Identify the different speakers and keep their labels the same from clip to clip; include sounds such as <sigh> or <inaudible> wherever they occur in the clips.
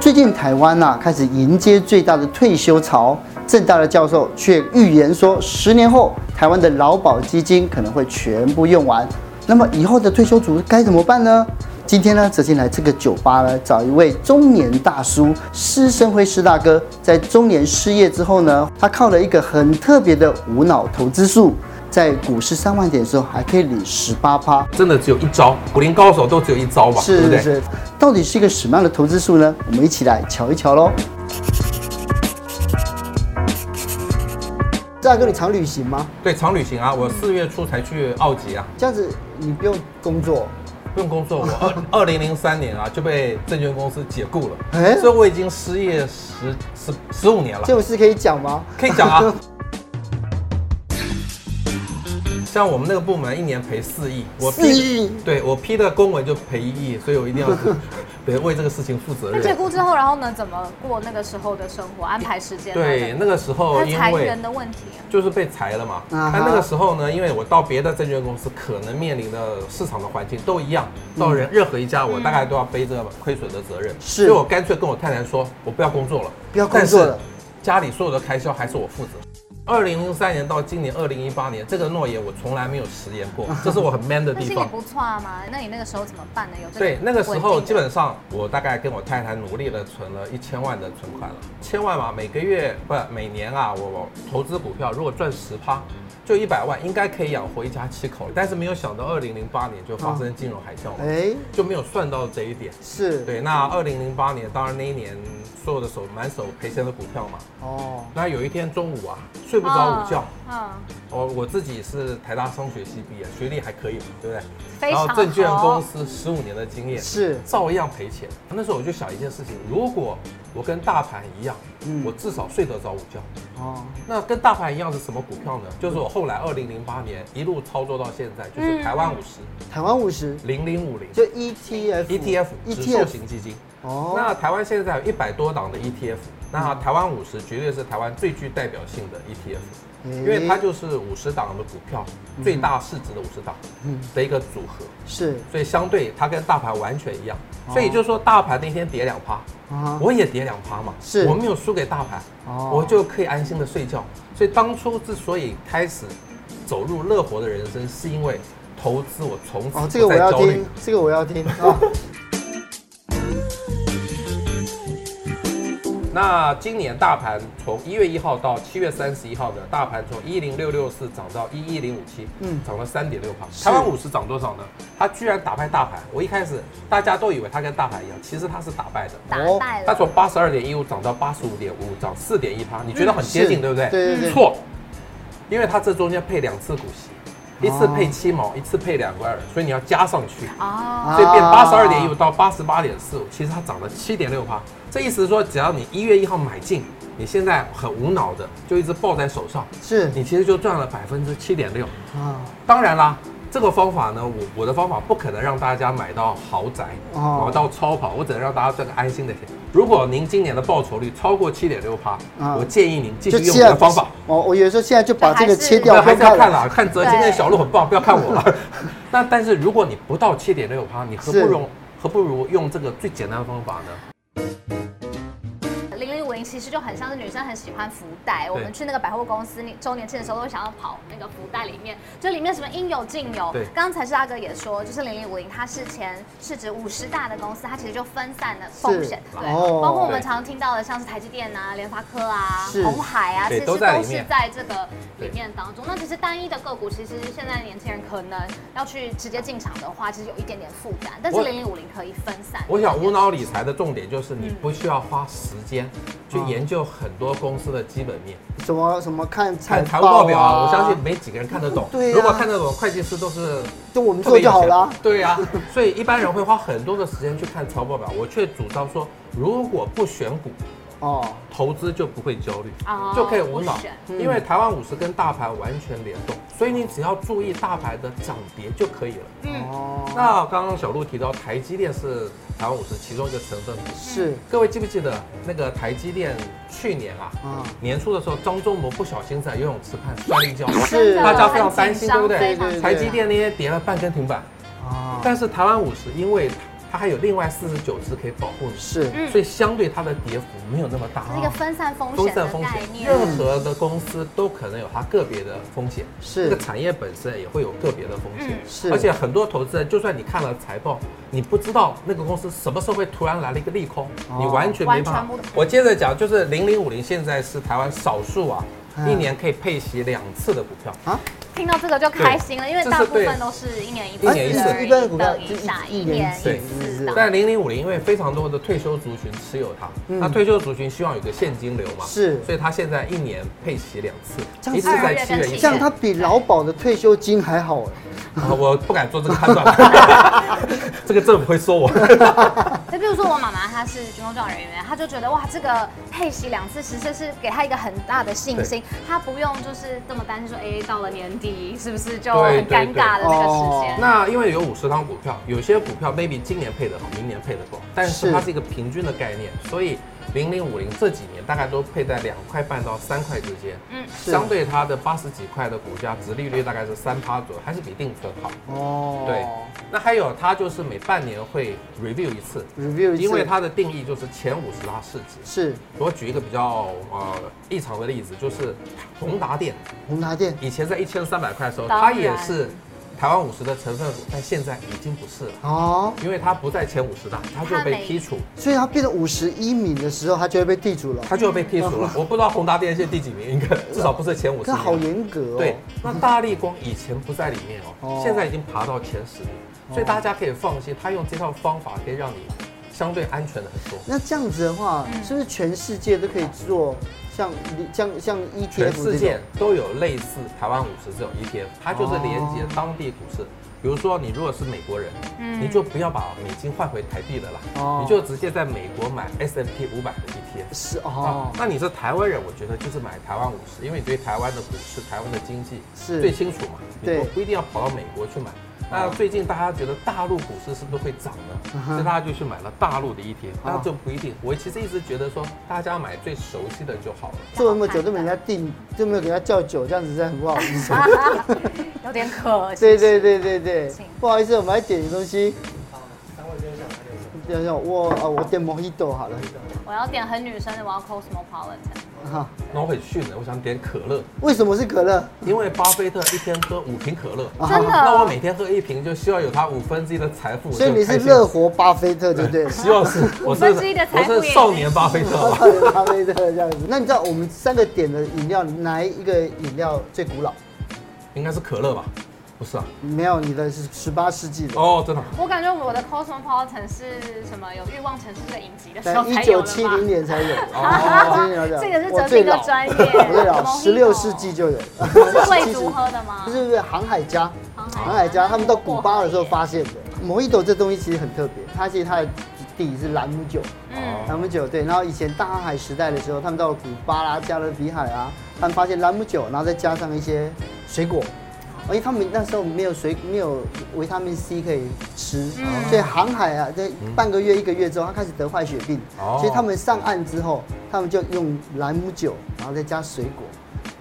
Speaker 1: 最近台湾呐、开始迎接最大的退休潮，正大的教授却预言说，十年后台湾的劳保基金可能会全部用完。那么以后的退休族该怎么办呢？今天呢，哲进来这个酒吧呢，找一位中年大叔施生辉施大哥，在中年失业之后呢，他靠了一个很特别的无脑投资术，在股市三万点的时候还可以领十八趴，
Speaker 2: 真的只有一招，武林高手都只有一招吧，对
Speaker 1: 是
Speaker 2: 不
Speaker 1: 是
Speaker 2: 对？
Speaker 1: 是，到底是一个什么样的投资术呢？我们一起来瞧一瞧喽。大哥，你常旅行吗？
Speaker 2: 对，常旅行啊，我四月初才去奥吉啊，
Speaker 1: 这样子你不用工作，
Speaker 2: 不用工作，我
Speaker 1: <laughs>
Speaker 2: 二二零零三年啊就被证券公司解雇了，
Speaker 1: 哎
Speaker 2: 所以我已经失业十十十五年了
Speaker 1: 这，种事可以讲吗？
Speaker 2: 可以
Speaker 1: <laughs>
Speaker 2: 讲啊。像我们那个部门一年赔四亿，我批
Speaker 1: 四亿
Speaker 2: 对我批的公文就赔一亿，所以我一定要
Speaker 1: <laughs>
Speaker 2: 得为这个事情负责
Speaker 3: 那解
Speaker 2: 任。
Speaker 3: 雇之后，然后呢，怎么过那个时候的生活，安排时间啊？
Speaker 2: 对，那个时候
Speaker 3: 他
Speaker 2: 因
Speaker 3: 裁
Speaker 2: 为
Speaker 3: 员的问题啊。
Speaker 2: 就是被裁了嘛。
Speaker 1: 啊哈
Speaker 2: 但那个时候呢，因为我到别的证券公司，可能面临的市场的环境都一样，到人任何一家，我大概都要背着亏损的责任。
Speaker 1: 嗯是
Speaker 2: 所以我干脆跟我太太说，我不要工作了，
Speaker 1: 不要工作了，
Speaker 2: 家里所有的开销还是我负责。二零零三年到今年二零一八年，这个诺言我从来没有食言
Speaker 1: <laughs>
Speaker 2: 过，这是我很 man 的
Speaker 3: 那
Speaker 2: 地
Speaker 3: 心里
Speaker 2: 方。
Speaker 3: 不错吗？那你那个时候怎么办呢？有这个
Speaker 2: 对，那个时候
Speaker 3: 稳定的
Speaker 2: 基本上我大概跟我太太努力的存了一千万的存款了，千万嘛，每个月不每年啊，我投资股票如果赚十趴，就一百万，应该可以养活一家七口。但是没有想到二零零八年就发生金融海啸嘛，
Speaker 1: 哎，
Speaker 2: 就没有算到这一点。
Speaker 1: 是，
Speaker 2: 对，那二零零八年，当然那一年所有的手满手赔钱的股票嘛。
Speaker 1: 哦，
Speaker 2: 那有一天中午啊，睡不着午觉，，
Speaker 3: 嗯，
Speaker 2: 我我自己是台大商学系毕业，学历还可以嘛，对不对？
Speaker 3: 非
Speaker 2: 然
Speaker 3: 常
Speaker 2: 后证券公
Speaker 3: 好。
Speaker 2: 司十五年的经验，
Speaker 1: 是
Speaker 2: 照样赔钱。那时候我就想一件事情：如果我跟大盘一样，
Speaker 1: 嗯
Speaker 2: 我至少睡得着午觉。
Speaker 1: 哦，
Speaker 2: 那跟大盘一样是什么股票呢？就是我后来二零零八年一路操作到现在，就是
Speaker 3: 嗯
Speaker 2: 台湾五十
Speaker 1: 台湾五十
Speaker 2: 零零五零
Speaker 1: 就 E ETF
Speaker 2: ETF E 指数
Speaker 1: ETF
Speaker 2: 型基金。
Speaker 1: E 哦，
Speaker 2: 那台湾现在有一百多档的 ETF，那台湾五十绝对是台湾最具代表性的 ETF。因为它
Speaker 1: 哎
Speaker 2: 就是五十档的股票，最大市值的五十档
Speaker 1: 嗯
Speaker 2: 的一个组合，
Speaker 1: 是
Speaker 2: 所以相对它跟大盘完全一样。
Speaker 1: 哦
Speaker 2: 所以就是说，大盘那天跌两趴，
Speaker 1: 啊，
Speaker 2: 我也跌两趴嘛，
Speaker 1: 是
Speaker 2: 我没有输给大盘，
Speaker 1: 哦
Speaker 2: 我就可以安心的睡觉。所以当初之所以开始走入乐活的人生，是因为投资，我从此
Speaker 1: 哦，这个
Speaker 2: 不
Speaker 1: 我
Speaker 2: 再
Speaker 1: 要
Speaker 2: 焦虑
Speaker 1: 听。，这个我要听啊，
Speaker 2: 那今年大盘从一月一号到七月三十一号的大盘从一零六六四涨到一一零五七，
Speaker 1: 嗯
Speaker 2: 嗯，涨了三点六趴。
Speaker 1: 是
Speaker 2: 台湾五十涨多少呢？它居然打败大盘。我一开始大家都以为它跟大盘一样，其实它是打败的。
Speaker 3: 嗯打败
Speaker 2: 它
Speaker 3: 了，
Speaker 2: 从八十二点一五涨到八十五点五，涨四点一趴，你觉得很接近，
Speaker 1: 嗯是
Speaker 2: 对不对？
Speaker 1: 对对对
Speaker 2: 错，因为它这中间配两次股息，一次配七毛，一次配两块二，所以你要加上去。
Speaker 3: 哦，
Speaker 2: <laughs> 所以变八十二点一
Speaker 1: 啊
Speaker 2: 五到八十八点四五，其实它涨了七点六趴。这意思是说，只要你一月一号买进，你现在很无脑的就一直抱在手上，
Speaker 1: 是
Speaker 2: 你其实就赚了百分之七点六。
Speaker 1: 啊，
Speaker 2: 当然啦，这个方法呢，我我的方法不可能让大家买到豪宅，
Speaker 1: 哦
Speaker 2: 买到超跑，我只能让大家赚个安心的钱。如果您今年的报酬率超过七点六趴
Speaker 1: 啊，
Speaker 2: 我建议您继
Speaker 1: 就
Speaker 2: 续用
Speaker 1: 这
Speaker 2: 我的
Speaker 1: 样
Speaker 2: 方法。。
Speaker 1: 哦，我有时候现在就把这个
Speaker 3: 还是
Speaker 1: 切掉，
Speaker 2: 对，
Speaker 1: 不
Speaker 2: 还
Speaker 1: 用
Speaker 2: 是要
Speaker 1: 看
Speaker 2: 看
Speaker 1: 了。
Speaker 2: 啦，看泽今天小鹿很棒，不要看
Speaker 1: <laughs>
Speaker 2: 我了。那但是如果你不到七点六趴，你何不
Speaker 1: 是
Speaker 2: 用何不如用这个最简单的方法呢？
Speaker 3: 零零五零其实就很像是女生很喜欢福袋。我们去那个百货公司，你周年庆的时候都会想要跑那个福袋里面，就里面什么应有尽有
Speaker 2: 对。
Speaker 3: 刚才是大哥也说，就是零零五零它是前市值五十大的公司，它其实就分散了风险，
Speaker 2: 是
Speaker 3: 对，
Speaker 1: 哦
Speaker 3: 包括我们
Speaker 2: 对
Speaker 3: 常听到的像是台积电啊、联发科啊
Speaker 1: 是、
Speaker 3: 红海啊，其
Speaker 2: 对
Speaker 3: 实
Speaker 2: 都
Speaker 3: 都
Speaker 2: 在里
Speaker 3: 是
Speaker 2: 面
Speaker 3: 在这个里面当中。那其实单一的个股，其实现在年轻人可能要去直接进场的话，其实有一点点负担，但是
Speaker 2: 我
Speaker 3: 零零五零可以分散。
Speaker 2: 我想无脑理财的重点就是你不需要花时间
Speaker 1: 啊
Speaker 2: 去研究很多公司的基本面，
Speaker 1: 什么什么看财
Speaker 2: 看财务报表啊，
Speaker 1: 啊，
Speaker 2: 我相信没几个人看得懂。
Speaker 1: 对啊
Speaker 2: 如果看得懂，会计师都是
Speaker 1: 就我们
Speaker 2: 特
Speaker 1: 做
Speaker 2: 别有
Speaker 1: 就好
Speaker 2: 钱
Speaker 1: 了。
Speaker 2: 对啊，所以一般人会花很多的时间去看财务报表，我却主张说，如果不选股，
Speaker 1: 哦，
Speaker 2: 投资就不会焦虑，
Speaker 3: 哦
Speaker 2: 就可以无脑
Speaker 3: 不选，
Speaker 1: 嗯
Speaker 2: 因为台湾五十跟大盘完全联动，所以你只要注意大盘的涨跌就可以了。
Speaker 3: 嗯，
Speaker 1: 哦，
Speaker 2: 那刚刚小鹿提到台积电是台湾五十其中一个成分股，
Speaker 1: 是
Speaker 2: 各位记不记得那个台积电去年啊
Speaker 1: 啊，
Speaker 2: 年初的时候，张忠谋不小心在游泳池畔摔了一跤，
Speaker 1: 是
Speaker 2: 大家非常担心，对不
Speaker 3: 非常
Speaker 2: 对？
Speaker 3: 紧张嗯
Speaker 2: 台积电那天跌了半根停板，
Speaker 1: 啊，
Speaker 2: 但是台湾五十因为它还有另外四十九只可以保护你，
Speaker 1: 是
Speaker 3: 嗯
Speaker 2: 所以相对它的跌幅没有那么大
Speaker 3: 这。是一个分散风
Speaker 2: 分
Speaker 3: 险的
Speaker 2: 散风
Speaker 3: 概
Speaker 2: 险，嗯
Speaker 3: 念。
Speaker 2: 任何的公司都可能有它个别的风险，这
Speaker 1: 是
Speaker 2: 个产业本身也会有个别的风险。
Speaker 3: 嗯
Speaker 1: 是，
Speaker 2: 而且很多投资人，就算你看了财报，你不知道那个公司什么时候会突然来了一个利空，
Speaker 1: 哦
Speaker 2: 你完全没办法
Speaker 3: 完全不。
Speaker 2: 我接着讲，就是零零五零现在是台湾少数啊，
Speaker 1: 嗯
Speaker 2: 一年可以配息两次的股票。
Speaker 1: 啊，
Speaker 3: 听到这个就开心了，因为
Speaker 2: 这是
Speaker 3: 大部
Speaker 2: 对
Speaker 3: 分都是一年一次
Speaker 2: 一
Speaker 3: 而已，
Speaker 2: 年一次
Speaker 1: 一般的股票
Speaker 3: 等
Speaker 1: 就
Speaker 3: 一
Speaker 1: 一
Speaker 3: 下，
Speaker 1: 一
Speaker 3: 一
Speaker 1: 年
Speaker 3: 年
Speaker 1: 一次
Speaker 3: 一次
Speaker 1: 对
Speaker 3: 的。
Speaker 2: 但零零五零因为非常多的退休族群持有它，
Speaker 1: 嗯
Speaker 2: 那退休族群希望有个现金流嘛，
Speaker 1: 是
Speaker 2: 所以它现在一年配息两次，
Speaker 1: 这样
Speaker 2: 一
Speaker 1: 子
Speaker 2: 次在
Speaker 3: 二月
Speaker 2: 七
Speaker 3: 跟
Speaker 2: 月
Speaker 3: 七
Speaker 2: 一
Speaker 3: 月
Speaker 1: 这
Speaker 2: 次
Speaker 1: 样，它比劳保的退休金还好哎。
Speaker 2: 啊我不敢做这个判
Speaker 1: <laughs>
Speaker 2: 断，这个政府会说我。 <laughs>
Speaker 3: 就比如说我妈妈，她是军工教人员，她就觉得哇，这个配息两次，其实是给她一个很大的信心，她不用就是这么担心说，哎，到了年底是不是就
Speaker 2: 对
Speaker 3: 很尴尬的那个时
Speaker 1: 对对对
Speaker 3: 间？
Speaker 2: 那因为有五十档股票，有些股票 maybe 今年配得好，明年配得够，但
Speaker 1: 是
Speaker 2: 是它是一个平均的概念，所以零零五零这几年大概都配在两块半到三块之间，
Speaker 3: 嗯，
Speaker 1: 是
Speaker 2: 相对它的八十几块的股价，值利率大概是三趴左右，还是比定存好。
Speaker 1: 哦，
Speaker 2: 对，那还有它就是每半年会 review 一次，
Speaker 1: ，review 一次，
Speaker 2: 因为它的定义就是前五十大市值。
Speaker 1: 是
Speaker 2: 我举一个比较呃异常的例子，就是宏达电，
Speaker 1: 宏达电
Speaker 2: 以前在一千三百块的时候，
Speaker 3: 当
Speaker 2: 它也
Speaker 3: 然
Speaker 2: 是台湾五十的成分股，但现在已经不是了，
Speaker 1: 哦，
Speaker 2: 因为它不在前五十大，它就
Speaker 3: 它没
Speaker 2: 被剔除，
Speaker 1: 所以它变成五十一米的时候，它就会被地主了。
Speaker 2: 它就被剔
Speaker 1: <laughs>
Speaker 2: 除了。我不知道宏达电现在第几名，应该至少不是前五十
Speaker 1: 这。好严格哦。
Speaker 2: 对，那大力光以前不在里面
Speaker 1: 哦
Speaker 2: 哦，现在已经爬到前十名，所以大家可以放心，它用这套方法可以让你相对安全的很多。
Speaker 1: 那这样子的话，
Speaker 3: 嗯
Speaker 1: 是不是全世界都可以做像像像 ETF
Speaker 2: 全世
Speaker 1: 这
Speaker 2: 界
Speaker 1: 种
Speaker 2: 都有类似台湾五十这种 ETF，它就是连接
Speaker 1: 哦
Speaker 2: 当地股市。比如说，你如果是美国人，
Speaker 3: 嗯
Speaker 2: 你就不要把美金换回台币了啦，
Speaker 1: 哦
Speaker 2: 你就直接在美国买 S M P 五百的 ETF。
Speaker 1: 是
Speaker 2: 哦
Speaker 1: 哦，，
Speaker 2: 那你是台湾人，我觉得就是买台湾五十，因为你对台湾的股市、台湾的经济
Speaker 1: 是
Speaker 2: 最清楚嘛，你
Speaker 1: 对啊
Speaker 2: 不不一定要跑到美国去买。那最近大家觉得大陆股市是不是会涨
Speaker 1: 嗯
Speaker 2: 呢？
Speaker 1: 哼
Speaker 2: 所以大家就去买了大陆的 ETF，那
Speaker 1: 哦
Speaker 2: 这不一定。我其实一直觉得说，大家买最熟悉的就好了。
Speaker 1: 做那么久都没给他定，都没有给他叫酒，这样子真的很不好意
Speaker 3: <laughs>
Speaker 1: 思。
Speaker 2: 哦
Speaker 3: 有点可惜。
Speaker 1: 对对对对对
Speaker 3: 请，
Speaker 1: 不好意思，我们还点东西。等一下，我啊，我点 Mojito 好了。
Speaker 3: 我要点很女生的，我要 cosmopolitan。
Speaker 1: 哈，
Speaker 2: 那我很逊的，我想点可乐，
Speaker 1: 为什么是可乐？
Speaker 2: 因为巴菲特一天喝五瓶可乐，
Speaker 1: 啊
Speaker 3: 真的
Speaker 2: 那我每天喝一瓶，就希望有他五分之一的财富。
Speaker 1: 所以你是
Speaker 2: 我就很开心
Speaker 1: 乐活巴菲特，对不对？
Speaker 2: 希望是我是
Speaker 3: 分之一的财富
Speaker 2: 我是少年巴菲特吧。
Speaker 1: <laughs> 巴菲特这样子。那你知道我们三个点的饮料，哪一个饮料最古老？
Speaker 2: 应该是可乐吧？不是啊，
Speaker 1: 没有，你的是十八世纪的，
Speaker 2: 哦，真的啊，
Speaker 3: 我感觉我的 cosmopolitan 是什么有欲望城市的影集的时
Speaker 1: 在
Speaker 3: 候
Speaker 1: 一
Speaker 3: 才
Speaker 1: 九
Speaker 3: 有的
Speaker 1: 七零
Speaker 3: 吧？
Speaker 1: 年才有。啊
Speaker 2: 哦
Speaker 1: 今天了解
Speaker 3: 这个是
Speaker 1: 我
Speaker 3: 哲
Speaker 1: 最
Speaker 3: 斌的
Speaker 1: 老，
Speaker 3: 专业，
Speaker 1: 我最
Speaker 3: <laughs>
Speaker 1: 老，
Speaker 3: Mojito
Speaker 1: 十六世纪就有。
Speaker 3: <laughs> 是
Speaker 1: <laughs>
Speaker 3: 贵族喝的吗
Speaker 1: 不？是不是，航海家，
Speaker 3: 航海
Speaker 1: 航海家，他们到
Speaker 3: 过
Speaker 1: 古巴的时候
Speaker 3: 海
Speaker 1: 发现的。摩伊斗这东西其实很特别，它其实它的底是朗姆酒，
Speaker 2: 哦
Speaker 3: 嗯
Speaker 1: 朗姆酒对。然后以前大航海时代的时候，他们到了古巴啦、加勒比海啊，他们发现朗姆酒，然后再加上一些水果。因为他们那时候没有水，没有维他命 C 可以吃，
Speaker 3: 嗯
Speaker 1: 所以航海啊，在半个月、一个月之后，他开始得坏血病。
Speaker 2: 哦
Speaker 1: 所以他们上岸之后，他们就用兰姆酒，然后再加水果。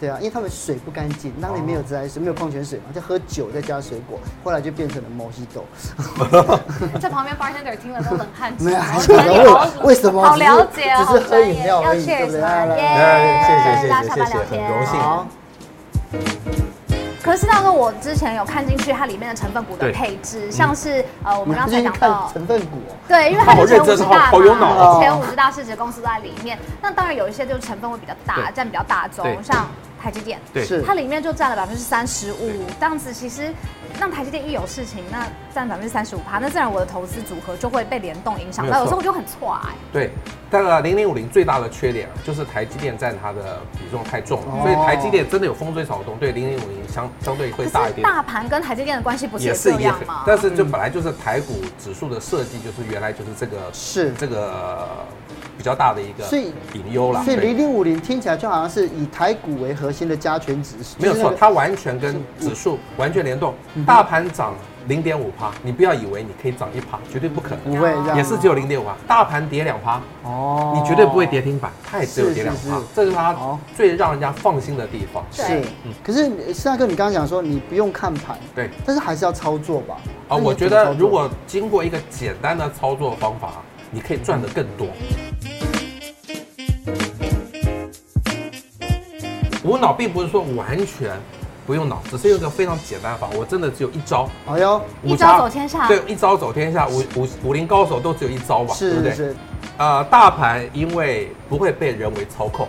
Speaker 1: 对啊，因为他们水不干净，当年没有自来水，没有矿泉水嘛，就喝酒再加水果，后来就变成了 Mojito。
Speaker 3: 在旁边 bartender 听了都冷汗直
Speaker 1: 没
Speaker 3: 流。
Speaker 1: 有，还是
Speaker 3: 真的好
Speaker 1: 为为什么？
Speaker 3: 好了解哦，
Speaker 1: 只是
Speaker 3: 好
Speaker 1: 喝
Speaker 3: 专业
Speaker 1: 饮料
Speaker 3: 要
Speaker 1: 而已，对不
Speaker 3: cheers
Speaker 1: 对？
Speaker 3: 吗
Speaker 1: 来来来，
Speaker 2: 来
Speaker 3: 耶
Speaker 2: 谢谢
Speaker 3: 大家下班
Speaker 2: 谢谢
Speaker 3: 聊天
Speaker 2: 很荣幸
Speaker 1: 好，
Speaker 3: 可是大哥，我之前有看进去它里面的成分股的
Speaker 2: 对嗯
Speaker 3: 配置，像是呃，我
Speaker 1: 你
Speaker 3: 们刚
Speaker 1: 最
Speaker 3: 才
Speaker 1: 近
Speaker 3: 讲
Speaker 1: 看
Speaker 3: 到。
Speaker 1: 成分股哦，
Speaker 3: 对，因为它
Speaker 2: 好
Speaker 3: 是前
Speaker 2: 认
Speaker 3: 五
Speaker 2: 真
Speaker 3: 十大
Speaker 2: 好好有
Speaker 3: 嘛
Speaker 2: 脑啊
Speaker 1: 哦
Speaker 3: 前五十大市值公司都在里面。那当然有一些就是成分会比较大，
Speaker 2: 对
Speaker 3: 占比较大宗
Speaker 2: 对，
Speaker 3: 像台积电，
Speaker 2: 对，
Speaker 1: 是
Speaker 3: 它里面就占了百分之三十五
Speaker 2: 对，
Speaker 3: 这样子其实让台积电一有事情，那占百分之三十五趴，那自然我的投资组合就会被联动影响
Speaker 2: 没有
Speaker 3: 到，
Speaker 2: 错
Speaker 3: 有时候我就很错哎。
Speaker 2: 对。但是零零五零最大的缺点啊，就是台积电占它的比重太重
Speaker 1: 哦
Speaker 2: 了，所以台积电真的有风吹草动，对零零五零相相对
Speaker 3: 可
Speaker 2: 会大一
Speaker 3: 是
Speaker 2: 点。
Speaker 3: 大盘跟台积电的关系不是
Speaker 2: 也是
Speaker 3: 这
Speaker 2: 也
Speaker 3: 样
Speaker 2: 很
Speaker 3: 吗，？
Speaker 1: 嗯
Speaker 2: 但是就本来就是台股指数的设计，就是原来就是这个
Speaker 1: 是
Speaker 2: 这个比较大的一个
Speaker 1: 所以
Speaker 2: 隐忧啦。
Speaker 1: 所以
Speaker 2: 对
Speaker 1: 零零五零听起来就好像是以台股为核心的加权指数，
Speaker 2: 没有
Speaker 1: 就是那嗯
Speaker 2: 错，
Speaker 1: 个
Speaker 2: 它完全跟指数完全联动，大盘涨。零点五趴，你不要以为你可以涨一趴，绝对不可
Speaker 1: 不
Speaker 2: 能，
Speaker 1: 会这样，
Speaker 2: 也是只有零点五趴。大盘跌两趴，
Speaker 1: 哦，
Speaker 2: 你绝对不会跌停板，它也只有跌两
Speaker 1: 是是
Speaker 2: 趴
Speaker 1: 是，
Speaker 2: 这是它
Speaker 1: 好
Speaker 2: 最让人家放心的地方。
Speaker 1: 是
Speaker 3: 对，
Speaker 2: 嗯
Speaker 1: 可是施大哥，你刚刚讲说你不用看盘，
Speaker 2: 对，
Speaker 1: 但是还是要操作吧？
Speaker 2: 啊，
Speaker 1: 那你
Speaker 2: 我觉
Speaker 1: 怎么操作
Speaker 2: 得如果经过一个简单的操作方法，你可以赚得更多。无脑并不是说完全不用脑，只是用一个非常简单的方法。我真的只有一招，
Speaker 1: 哎呦，
Speaker 3: 一
Speaker 2: 五
Speaker 3: 招
Speaker 2: 杀
Speaker 3: 走天下，
Speaker 2: 对，一招走天下，武武武林高手都只有一招吧，对不
Speaker 1: 是
Speaker 2: 对？
Speaker 1: 是，
Speaker 2: 呃，大盘因为不会被人为操控，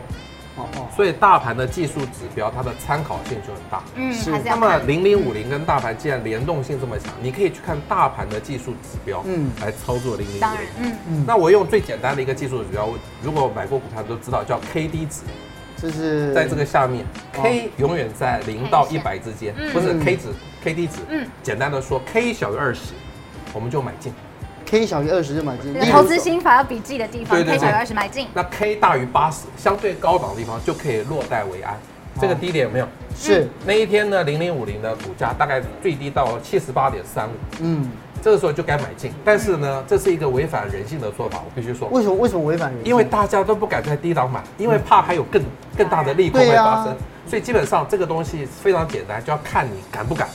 Speaker 1: 哦哦，
Speaker 2: 所以大盘的技术指标它的参考性就很大。
Speaker 3: 嗯，
Speaker 1: 是
Speaker 3: 还是
Speaker 2: 那
Speaker 3: 要
Speaker 2: 么
Speaker 3: 看。
Speaker 2: 零零五零跟大盘既然联动性这么强，你可以去看大盘的技术指标，
Speaker 1: 嗯
Speaker 2: 嗯，来操作零零五
Speaker 3: 当然，
Speaker 2: 零。
Speaker 3: 嗯，
Speaker 1: 嗯
Speaker 2: 那我用最简单的一个技术指标，我如果买过股票都知道叫 K D 值，
Speaker 3: 嗯
Speaker 1: 就是
Speaker 2: 在这个下面
Speaker 1: 哦
Speaker 2: ，K 永远在零到一百之间
Speaker 3: 嗯，
Speaker 2: 不是
Speaker 1: 嗯
Speaker 2: K 值，K D 值，
Speaker 3: 嗯
Speaker 2: 嗯，简单的说，K 小于二十，我们就买进。
Speaker 1: K 小于二十就买进
Speaker 3: 这，
Speaker 1: 例
Speaker 3: 个
Speaker 1: 如
Speaker 3: 投资心法要笔记的地方，
Speaker 2: 嗯对
Speaker 3: 可
Speaker 2: 对
Speaker 3: 以
Speaker 2: 对
Speaker 3: 小于二十买进。
Speaker 2: 那 K 大于八十，相对高档的地方就可以落袋为安。这
Speaker 3: 哦
Speaker 2: 个低点有没有？
Speaker 1: 是，
Speaker 2: 那一天呢，零零五零的股价大概最低到七十八点三五，
Speaker 1: 嗯，
Speaker 2: 这个时候就该买进。但是呢，这是一个违反人性的做法，我必须说，
Speaker 1: 为什么为什么违反人性？
Speaker 2: 因为大家都不敢在低档买，因为怕还有更更大的利空
Speaker 1: 对
Speaker 2: 会
Speaker 1: 啊
Speaker 2: 发生。所以基本上这个东西非常简单，就要看你敢不敢。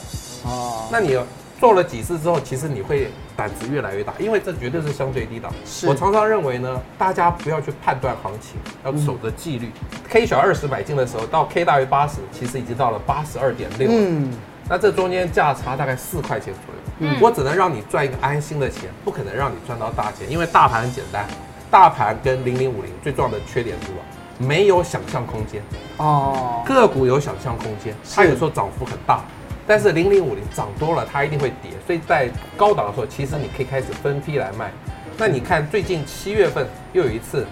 Speaker 1: 哦，
Speaker 2: 那你做了几次之后，其实你会胆子越来越大，因为这绝对是相对低档。
Speaker 1: 是
Speaker 2: 我常常认为呢，大家不要去判断行情，要守着纪律。K 小二十买进的时候，到 K 大于八十，其实已经到了八十二点六。
Speaker 1: 嗯，
Speaker 2: 那这中间价差大概四块钱左右。
Speaker 3: 嗯
Speaker 2: 我只能让你赚一个安心的钱，不可能让你赚到大钱，因为大盘很简单，大盘跟零零五零最重要的缺点是什么？没有想象空间。
Speaker 1: 哦，
Speaker 2: 个股有想象空间，它
Speaker 1: 是
Speaker 2: 有时候涨幅很大，但是零零五零涨多了，它一定会跌，所以在高档的时候，其实你可以开始分批来卖。那你看最近七月份又有一次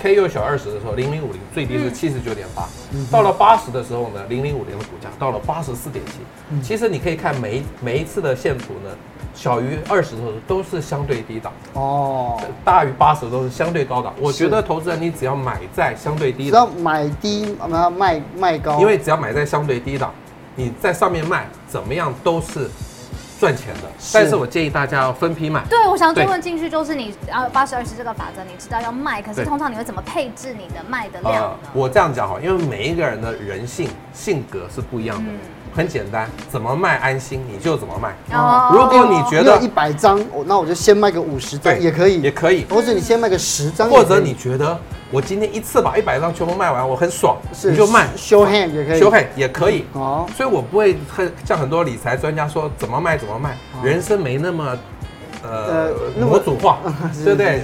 Speaker 2: K 又小二十的时候，零零五零最低是
Speaker 3: 嗯
Speaker 2: 七十九点八，
Speaker 1: 嗯
Speaker 2: 到了八十的时候呢，零零五零的股价到了八十四点
Speaker 1: 嗯
Speaker 2: 七。其实你可以看每一每一次的线图呢，小于二十的时候都是相对低档，
Speaker 1: 哦，
Speaker 2: 大于八十都是相对高档。我
Speaker 1: 是
Speaker 2: 觉得投资人你只要买在相对低
Speaker 1: 只
Speaker 2: 档
Speaker 1: 要。买低，啊卖卖高，
Speaker 2: 因为只要买在相对低档，你在上面卖，怎么样都是赚钱的。
Speaker 1: 是
Speaker 2: 但是我建议大家要分批买。
Speaker 3: 对，我想追
Speaker 2: 对
Speaker 3: 问进去就是你啊八十二十这个法则，你知道要卖，可是
Speaker 2: 对
Speaker 3: 通常你会怎么配置你的卖的量呢？
Speaker 2: 啊我这样讲哈，因为每一个人的人性性格是不一样的，
Speaker 3: 嗯
Speaker 2: 很简单，怎么卖安心你就怎么卖。
Speaker 1: 哦
Speaker 2: 如果你觉
Speaker 1: 你有
Speaker 2: 得
Speaker 1: 一百张，我那我就先卖个五十张
Speaker 2: 对
Speaker 1: 也可
Speaker 2: 也
Speaker 1: 以，
Speaker 2: 可以，
Speaker 1: 或者你先卖个十张也可
Speaker 2: 或
Speaker 1: 以，
Speaker 2: 者你觉得我今天一次把一百张全部卖完，我很爽，你就卖，
Speaker 1: show hand 也可以，
Speaker 2: 修改也可以。
Speaker 1: 哦，
Speaker 2: 所以我不会很像很多理财专家说怎么卖怎么卖，人生没那么
Speaker 1: 哦呃
Speaker 2: 呃
Speaker 1: 那么，
Speaker 2: 模组化
Speaker 1: <laughs> 是
Speaker 2: 对不对？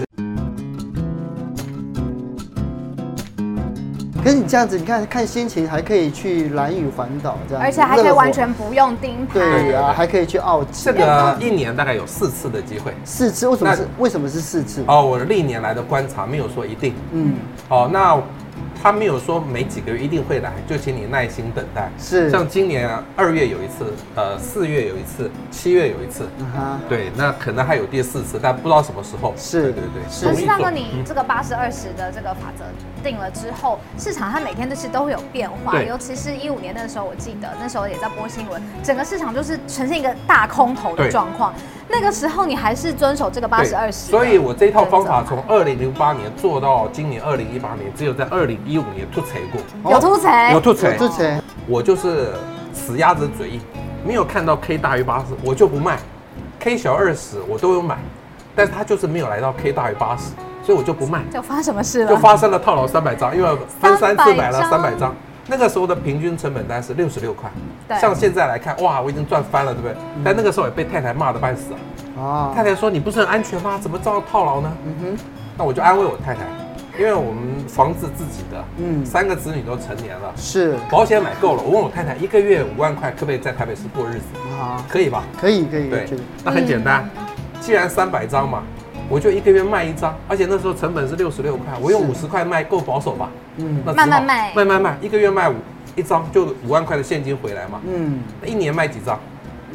Speaker 1: 可是你这样子，你看看心情还可以去蓝屿环岛这样子，
Speaker 3: 而且还可以
Speaker 1: 乐活
Speaker 3: 完全哎不用盯盘。
Speaker 1: 对啊
Speaker 2: 对
Speaker 1: 呀、
Speaker 2: 对
Speaker 1: 还可以去澳
Speaker 2: 这
Speaker 1: 洲。
Speaker 2: 个一年大概有四次的机会。
Speaker 1: 四次为什么
Speaker 2: 那
Speaker 1: 是为什么是四次？
Speaker 2: 哦，我历年来的观察没有说一定。
Speaker 1: 嗯，
Speaker 2: 哦，那他没有说每几个月一定会来，就请你耐心等待。
Speaker 1: 是
Speaker 2: 像今年啊二月有一次，呃，四月有一次，七月有一次。
Speaker 1: 啊哈，
Speaker 2: 对，那可能还有第四次，但不知道什么时候。
Speaker 1: 是
Speaker 2: 对对对，
Speaker 1: 是
Speaker 3: 可
Speaker 2: 容易
Speaker 3: 是大哥，
Speaker 2: 做
Speaker 3: 你这个八十二十的这个法则定了之后，市场它每天都是都会有变化，
Speaker 2: 对
Speaker 3: 尤其是一五年的时候，我记得那时候也在播新闻，整个市场就是呈现一个大空头的
Speaker 2: 对
Speaker 3: 状况。那个时候你还是遵守这个八
Speaker 2: 对
Speaker 3: 十二十，
Speaker 2: 所以我这一套方法从
Speaker 3: 啊
Speaker 2: 二零零八年做到今年二零一八年，只有在二零一五年吐槽过，
Speaker 3: 有突锤，
Speaker 2: 有吐槽
Speaker 1: 哦有，之前
Speaker 2: 我就是死鸭子嘴硬，没有看到 K 大于八十，我就不卖；K 小二十我都有买，但是它就是没有来到 K 大于八十，所以我就不卖，
Speaker 3: 就发生什么事了？
Speaker 2: 就发生了套牢三百张，因为分三次买了
Speaker 3: 300张
Speaker 2: 三百张。那个时候的平均成本单是六十六块
Speaker 3: 对，
Speaker 2: 像现在来看，哇，我已经赚翻了，对不对？但那个时候也被太太骂得半死啊。
Speaker 1: 啊
Speaker 2: 太，太说：“你不是很安全吗？怎么遭到套牢呢？”
Speaker 1: 嗯
Speaker 2: 那我就安慰我太太，因为我们房子自己的，
Speaker 1: 嗯
Speaker 2: 嗯，三个子女都成年了
Speaker 1: 哼，，是
Speaker 2: 保险买够了。我问我太太，一个月五万块可不可以在台北市过日子？
Speaker 1: 啊，
Speaker 2: 可以吧？
Speaker 1: 可以可以，
Speaker 2: 对
Speaker 1: 可以，
Speaker 2: 那很简单，既然三百张嘛，我就一个月卖一张，而且那时候成本是六十六块，我用
Speaker 1: 是
Speaker 2: 五十块卖够保守吧？
Speaker 1: 嗯
Speaker 2: 那只好
Speaker 3: 慢慢卖
Speaker 2: 慢慢卖，一个月卖五一张就五万块的现金回来嘛，
Speaker 1: 嗯，
Speaker 2: 那一年卖几张？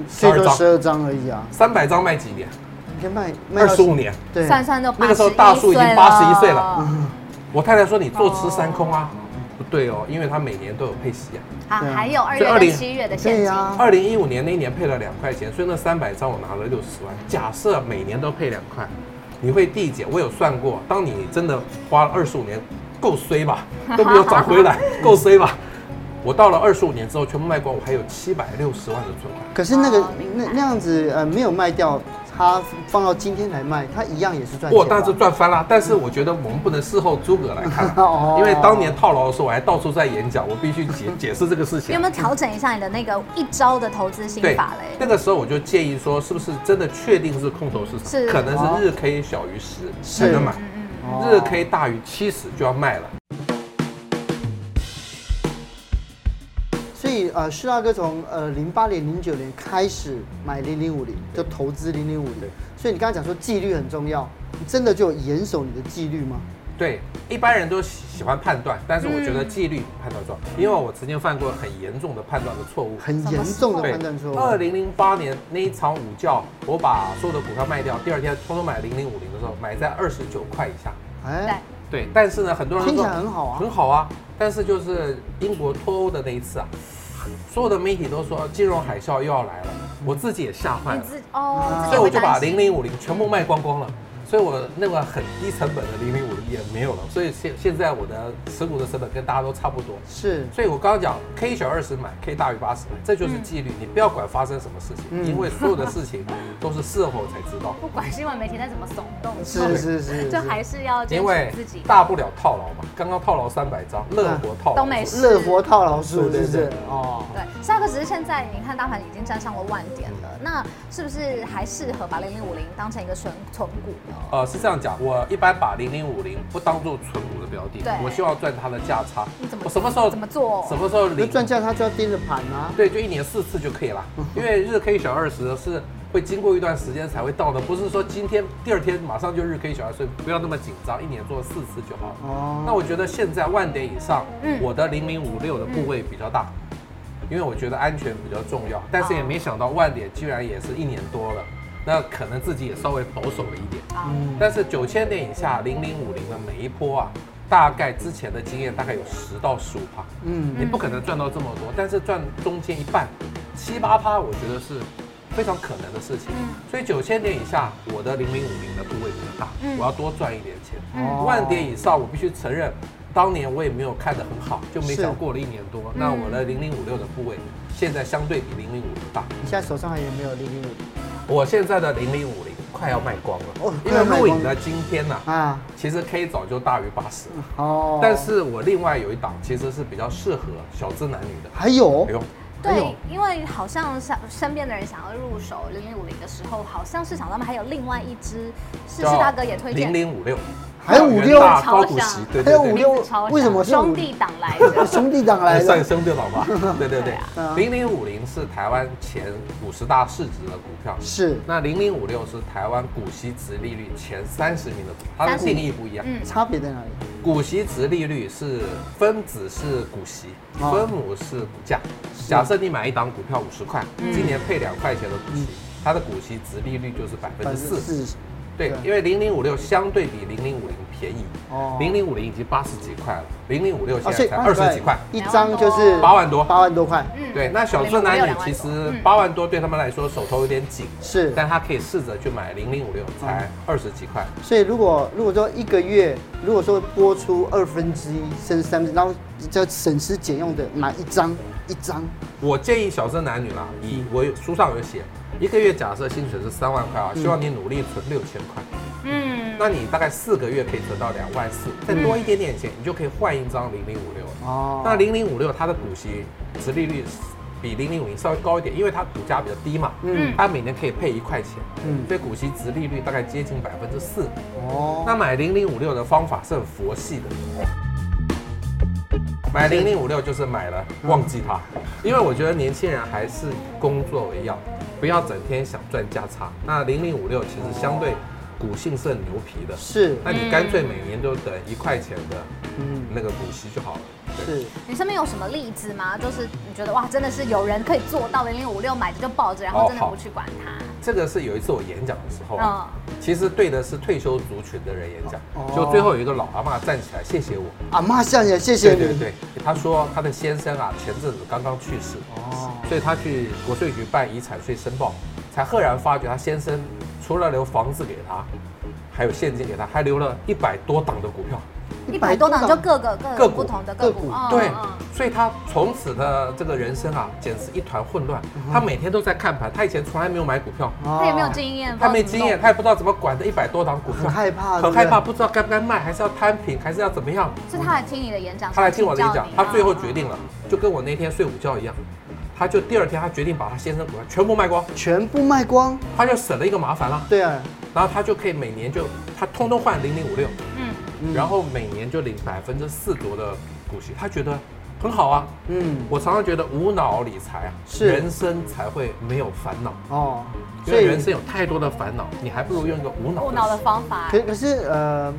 Speaker 1: 最多
Speaker 2: 12张
Speaker 1: 十二张而已啊，
Speaker 2: 三百张卖几年？
Speaker 1: 你可以卖卖
Speaker 2: 二
Speaker 1: 到
Speaker 2: 十五年。
Speaker 1: 对，
Speaker 3: 算算就
Speaker 2: 那个时候大叔已经
Speaker 3: 81
Speaker 2: 81岁
Speaker 3: 了
Speaker 2: 了我太太说你坐吃山空啊，不对哦，因为它每年都有配息啊。
Speaker 3: 啊，
Speaker 1: 对啊
Speaker 3: 还有二
Speaker 2: 所
Speaker 3: 月
Speaker 2: 以
Speaker 3: 跟
Speaker 2: 20
Speaker 3: 七月的现
Speaker 1: 对啊
Speaker 3: 金
Speaker 1: 呀、。
Speaker 2: 二零一五年那一年配了两块钱，所以那三百张我拿了六十万。假设每年都配两块，你会递减。我有算过，当你真的花了二十五年，够衰吧，都没有找回来，够衰吧。我到了二十五年之后全部卖光，我还有七百六十万的存款。
Speaker 1: 可是那个
Speaker 3: 哦明白
Speaker 1: 那那样子呃没有卖掉，它放到今天来卖，它一样也是赚钱吧。，
Speaker 2: 我当时赚翻了，但是我觉得我们不能事后诸葛来看啊
Speaker 1: <laughs> 哦
Speaker 2: 因为当年套牢的时候，我还到处在演讲，我必须解解释这个事
Speaker 3: 你
Speaker 2: 情啊
Speaker 3: 有。没有调整一下你的那个一招的投资心
Speaker 2: 对
Speaker 3: 法，嘞？
Speaker 2: 那个时候我就建议说，是不是真的确定是空头市场？
Speaker 3: 是
Speaker 2: 可能是日 K 小于十
Speaker 1: 是
Speaker 2: 才能买，
Speaker 3: 嗯嗯，
Speaker 1: 哦
Speaker 2: 日 K 大于七十就要卖了。
Speaker 1: 所以呃，施大哥从呃零八年、零九年开始买零零五零，就投资零零五零
Speaker 2: 对。
Speaker 1: 所以你刚刚讲说纪律很重要，你真的就有严守你的纪律吗？
Speaker 2: 对，一般人都喜喜欢判断，但是我觉得纪律判断重要，因为我曾经犯过很严重的判断的错误。
Speaker 1: 很严重的
Speaker 2: 对
Speaker 1: 判断错，
Speaker 2: 二
Speaker 1: 误。
Speaker 2: 零零八年那一场午觉，我把所有的股票卖掉，第二天偷偷买零零五零的时候，买在二十九块以下。
Speaker 3: 对
Speaker 1: 哎，，
Speaker 2: 对，但是呢，很多人都
Speaker 1: 听起
Speaker 2: 说
Speaker 1: 来很好啊
Speaker 2: 很。好啊。但是就是英国脱欧的那一次啊，所有的媒体都说金融海啸又要来了，我自己也吓坏
Speaker 3: 你
Speaker 2: 了，
Speaker 3: 自
Speaker 1: 嗯
Speaker 3: 哦，
Speaker 2: 所
Speaker 3: 自己
Speaker 2: 以我
Speaker 3: 会
Speaker 2: 就把
Speaker 3: 担
Speaker 2: 零
Speaker 3: 心。
Speaker 2: 零五零全部卖光光了。所以我那个很低成本的零零五零也没有了，所以现现在我的持股的成本跟大家都差不多。
Speaker 1: 是，
Speaker 2: 所以我刚刚讲 K 小二十买，K 大于八十买，这
Speaker 3: 嗯
Speaker 2: 就是纪律。你不要管发生什么事情，
Speaker 1: 嗯
Speaker 2: 因为所有的事情都是事后才知道。
Speaker 3: 不管新闻媒体再怎么耸动，
Speaker 1: 是是是，
Speaker 3: 就是还是要坚
Speaker 2: 因为
Speaker 3: 持自己。
Speaker 2: 大不了套牢嘛，刚刚套牢三百张，乐活套牢
Speaker 3: 都没事
Speaker 1: 乐活套老鼠，是
Speaker 2: 对
Speaker 1: 不
Speaker 2: 对
Speaker 1: 是
Speaker 2: 对？
Speaker 1: 哦，
Speaker 3: 对，下个只是现在你看大盘已经站上了万点了，那是不是还适合把零零五零当成一个存存股呢？
Speaker 2: 呃，是这样讲，我一般把零零五零不当做存股的标的
Speaker 3: 对，
Speaker 2: 我希望赚它的价差
Speaker 3: 你怎。么
Speaker 2: 我什么时候
Speaker 3: 怎么做哦
Speaker 2: 什么时候
Speaker 1: 那
Speaker 2: 领？
Speaker 1: 赚价他就要盯着盘啊。
Speaker 2: 对，就一年四次就可以了，因为日 K 小二十是会经过一段时间才会到的，不是说今天第二天马上就日 K 小二十，不要那么紧张，一年做四次就好。
Speaker 1: 哦
Speaker 2: 那我觉得现在万点以上，
Speaker 3: 嗯
Speaker 2: 我的零零五六的部位比较大，因为我觉得安全比较重要。
Speaker 3: 哦
Speaker 2: 但是也没想到万点居然也是一年多了，那可能自己也稍微保守了一点。
Speaker 3: 啊，
Speaker 1: 嗯，
Speaker 2: 但是九千点以下零零五零的每一波啊，大概之前的经验大概有十到十五趴，
Speaker 1: 嗯，
Speaker 2: 你不可能赚到这么多，但是赚中间一半，七八趴，我觉得是非常可能的事情。
Speaker 3: 嗯
Speaker 2: 所以九千点以下，我的零零五零的部位比较大，
Speaker 3: 嗯
Speaker 2: 我要多赚一点钱。
Speaker 1: 哦
Speaker 2: 万点以上，我必须承认，当年我也没有看得很好，就没想过了一年
Speaker 1: 嗯
Speaker 2: 多。那我的零零五六的部位，现在相对比零零五零大。
Speaker 1: 你现在手上还有没有零零五
Speaker 2: 我现在的零零五零快要卖光了，
Speaker 1: 哦
Speaker 2: 因
Speaker 1: 快要
Speaker 2: 为
Speaker 1: 卖
Speaker 2: 录
Speaker 1: 光
Speaker 2: 影的今天呢、
Speaker 1: 啊？
Speaker 2: 其实 K 早就大于八十，
Speaker 1: 哦，
Speaker 2: 但是我另外有一档其实是比较适合小资男女的。
Speaker 1: 还有
Speaker 2: 哎，呦，哎
Speaker 3: 对
Speaker 2: 呦，
Speaker 3: 因为好像身身边的人想要入手零零五零的时候，好像市场上面还有另外一只，是是大哥也推荐
Speaker 2: 零，零五六，
Speaker 1: <laughs> 还有五六
Speaker 2: 大高股息，对对
Speaker 1: 还有五
Speaker 2: 对，
Speaker 1: 六
Speaker 3: 名字超，
Speaker 1: 为什么是
Speaker 3: 像
Speaker 1: 五
Speaker 3: 兄弟党来
Speaker 1: <laughs>
Speaker 3: 的？
Speaker 1: 兄弟党来
Speaker 2: 哎算
Speaker 1: 的？
Speaker 2: 兄弟
Speaker 1: <laughs>
Speaker 2: 党吧，对对
Speaker 3: 对
Speaker 2: 对
Speaker 1: 啊，
Speaker 2: 零零五零是台湾前五十大市值的股票，
Speaker 1: 是
Speaker 2: 那零零五六是台湾股息值利率前三十名的股，它的
Speaker 3: 30
Speaker 2: 定义不一样。
Speaker 3: 嗯，
Speaker 1: 差别在哪里？
Speaker 2: 股息值利率是分子是股息，
Speaker 1: 哦
Speaker 2: 分母是股价。假设你买一档股票五十块，今年配两块钱的股息，它的股息值利率就是百分之四。
Speaker 1: 四
Speaker 2: 对
Speaker 1: 对，
Speaker 2: 因为零零五六相对比零零五零便宜，
Speaker 1: 哦啊
Speaker 2: 零零五零已经八十几块了，零零五六
Speaker 1: 所
Speaker 2: 现在
Speaker 1: 以
Speaker 2: 才二十几块，
Speaker 1: 一张就是
Speaker 2: 八万多。
Speaker 1: 八万多块，
Speaker 3: 嗯
Speaker 2: 对，那小资男
Speaker 3: 006
Speaker 2: 女
Speaker 3: 两万
Speaker 2: 其
Speaker 3: 多
Speaker 2: 实
Speaker 3: 嗯
Speaker 2: 八万多对他们来说手头有点紧，
Speaker 1: 是。
Speaker 2: 但他可以试着去买零零五六，才二十几块。
Speaker 1: 所以如果如果说一个月，如果说播出二分之一甚至三分之一，然后就省吃俭用的买一张一张，
Speaker 2: 我建议小生男女啦，以
Speaker 1: 嗯
Speaker 2: 我有书上有写，一个月假设薪水是三万块啊，
Speaker 1: 嗯
Speaker 2: 希望你努力存六千块，
Speaker 3: 嗯，
Speaker 2: 那你大概四个月可以存到两万四，再多一点点钱，你就可以换一张零零五六了。
Speaker 1: 嗯哦
Speaker 2: 那零零五六它的股息殖利率比零零五零稍微高一点，因为它股价比较低嘛，
Speaker 1: 嗯
Speaker 2: 它每年可以配一块钱，
Speaker 1: 嗯
Speaker 2: 所以股息殖利率大概接近百分之四。
Speaker 1: 哦，
Speaker 2: 那买零零五六的方法是很佛系的。买零零五六就是买了忘记它，因为我觉得年轻人还是以工作为要，不要整天想赚价差。那零零五六其实相对股性是很牛皮的，
Speaker 1: 是
Speaker 2: 那你干脆每年都等一块钱的
Speaker 1: 嗯
Speaker 2: 那个股息就好了。对，
Speaker 1: 是
Speaker 3: 你身边有什么例子吗？就是你觉得哇，真的是有人可以
Speaker 2: 哦
Speaker 3: 做到零零五六买着就抱着，然后真的不去管它。
Speaker 2: 这个是有一次我演讲的时候啊，
Speaker 3: 嗯，
Speaker 2: 其其实对的是退休族群的人演讲
Speaker 1: 哦。
Speaker 2: 就最后有一个老阿嬷站起来，谢谢我。
Speaker 1: 阿妈向你，谢谢
Speaker 2: 对
Speaker 1: 你。
Speaker 2: 对对，她说她的先生啊，前阵子刚刚去世，
Speaker 1: 哦
Speaker 2: 所以她去国税局办遗产税申报，才赫然发觉她先生除了留房子给她，还有现金给她，还留了一百多档的股票。
Speaker 3: 一百多档就各个各
Speaker 2: 个
Speaker 3: 个
Speaker 2: 股
Speaker 3: 不同的个
Speaker 1: 个
Speaker 3: 股
Speaker 1: 股，
Speaker 3: 嗯
Speaker 2: 对
Speaker 3: 嗯，
Speaker 2: 所以他从此的这个人生啊，简直一团混乱。
Speaker 1: 嗯
Speaker 2: 他每天都在看盘，他以前从来没有买股票，
Speaker 1: 哦
Speaker 3: 他也没有经验，
Speaker 2: 他没
Speaker 3: 不知
Speaker 2: 经
Speaker 3: 道
Speaker 2: 验，
Speaker 3: 怎么
Speaker 2: 他也不知道怎么管这一百多档股票，
Speaker 1: 很害怕
Speaker 2: 很害
Speaker 1: 对
Speaker 2: 怕，
Speaker 1: 不
Speaker 2: 不知道该不该卖，还是要摊平，还是要怎么样？
Speaker 3: 弄，所以他来听你的演讲，
Speaker 2: 他来听我的演
Speaker 3: 请教
Speaker 2: 讲
Speaker 3: 你，啊嗯
Speaker 2: 他最后决定了，就跟我那天睡午觉一样，他就第二天他决定把他先生股票全部卖光，
Speaker 1: 全部卖光。
Speaker 2: 他就省了一个麻烦了，
Speaker 1: 对啊，
Speaker 2: 然后他就可以每年就他通通换零零五六，
Speaker 3: 嗯，
Speaker 1: 嗯
Speaker 2: 然后每年就领百分之四左右的股息，他觉得很好啊。
Speaker 1: 嗯，
Speaker 2: 我常常觉得无脑理财啊，
Speaker 1: 是
Speaker 2: 人生才会没有烦恼，
Speaker 1: 哦，
Speaker 2: 因为人生有太多的烦恼，你还不如用一个无脑
Speaker 3: 嗯无脑的方法
Speaker 1: 可可是呃，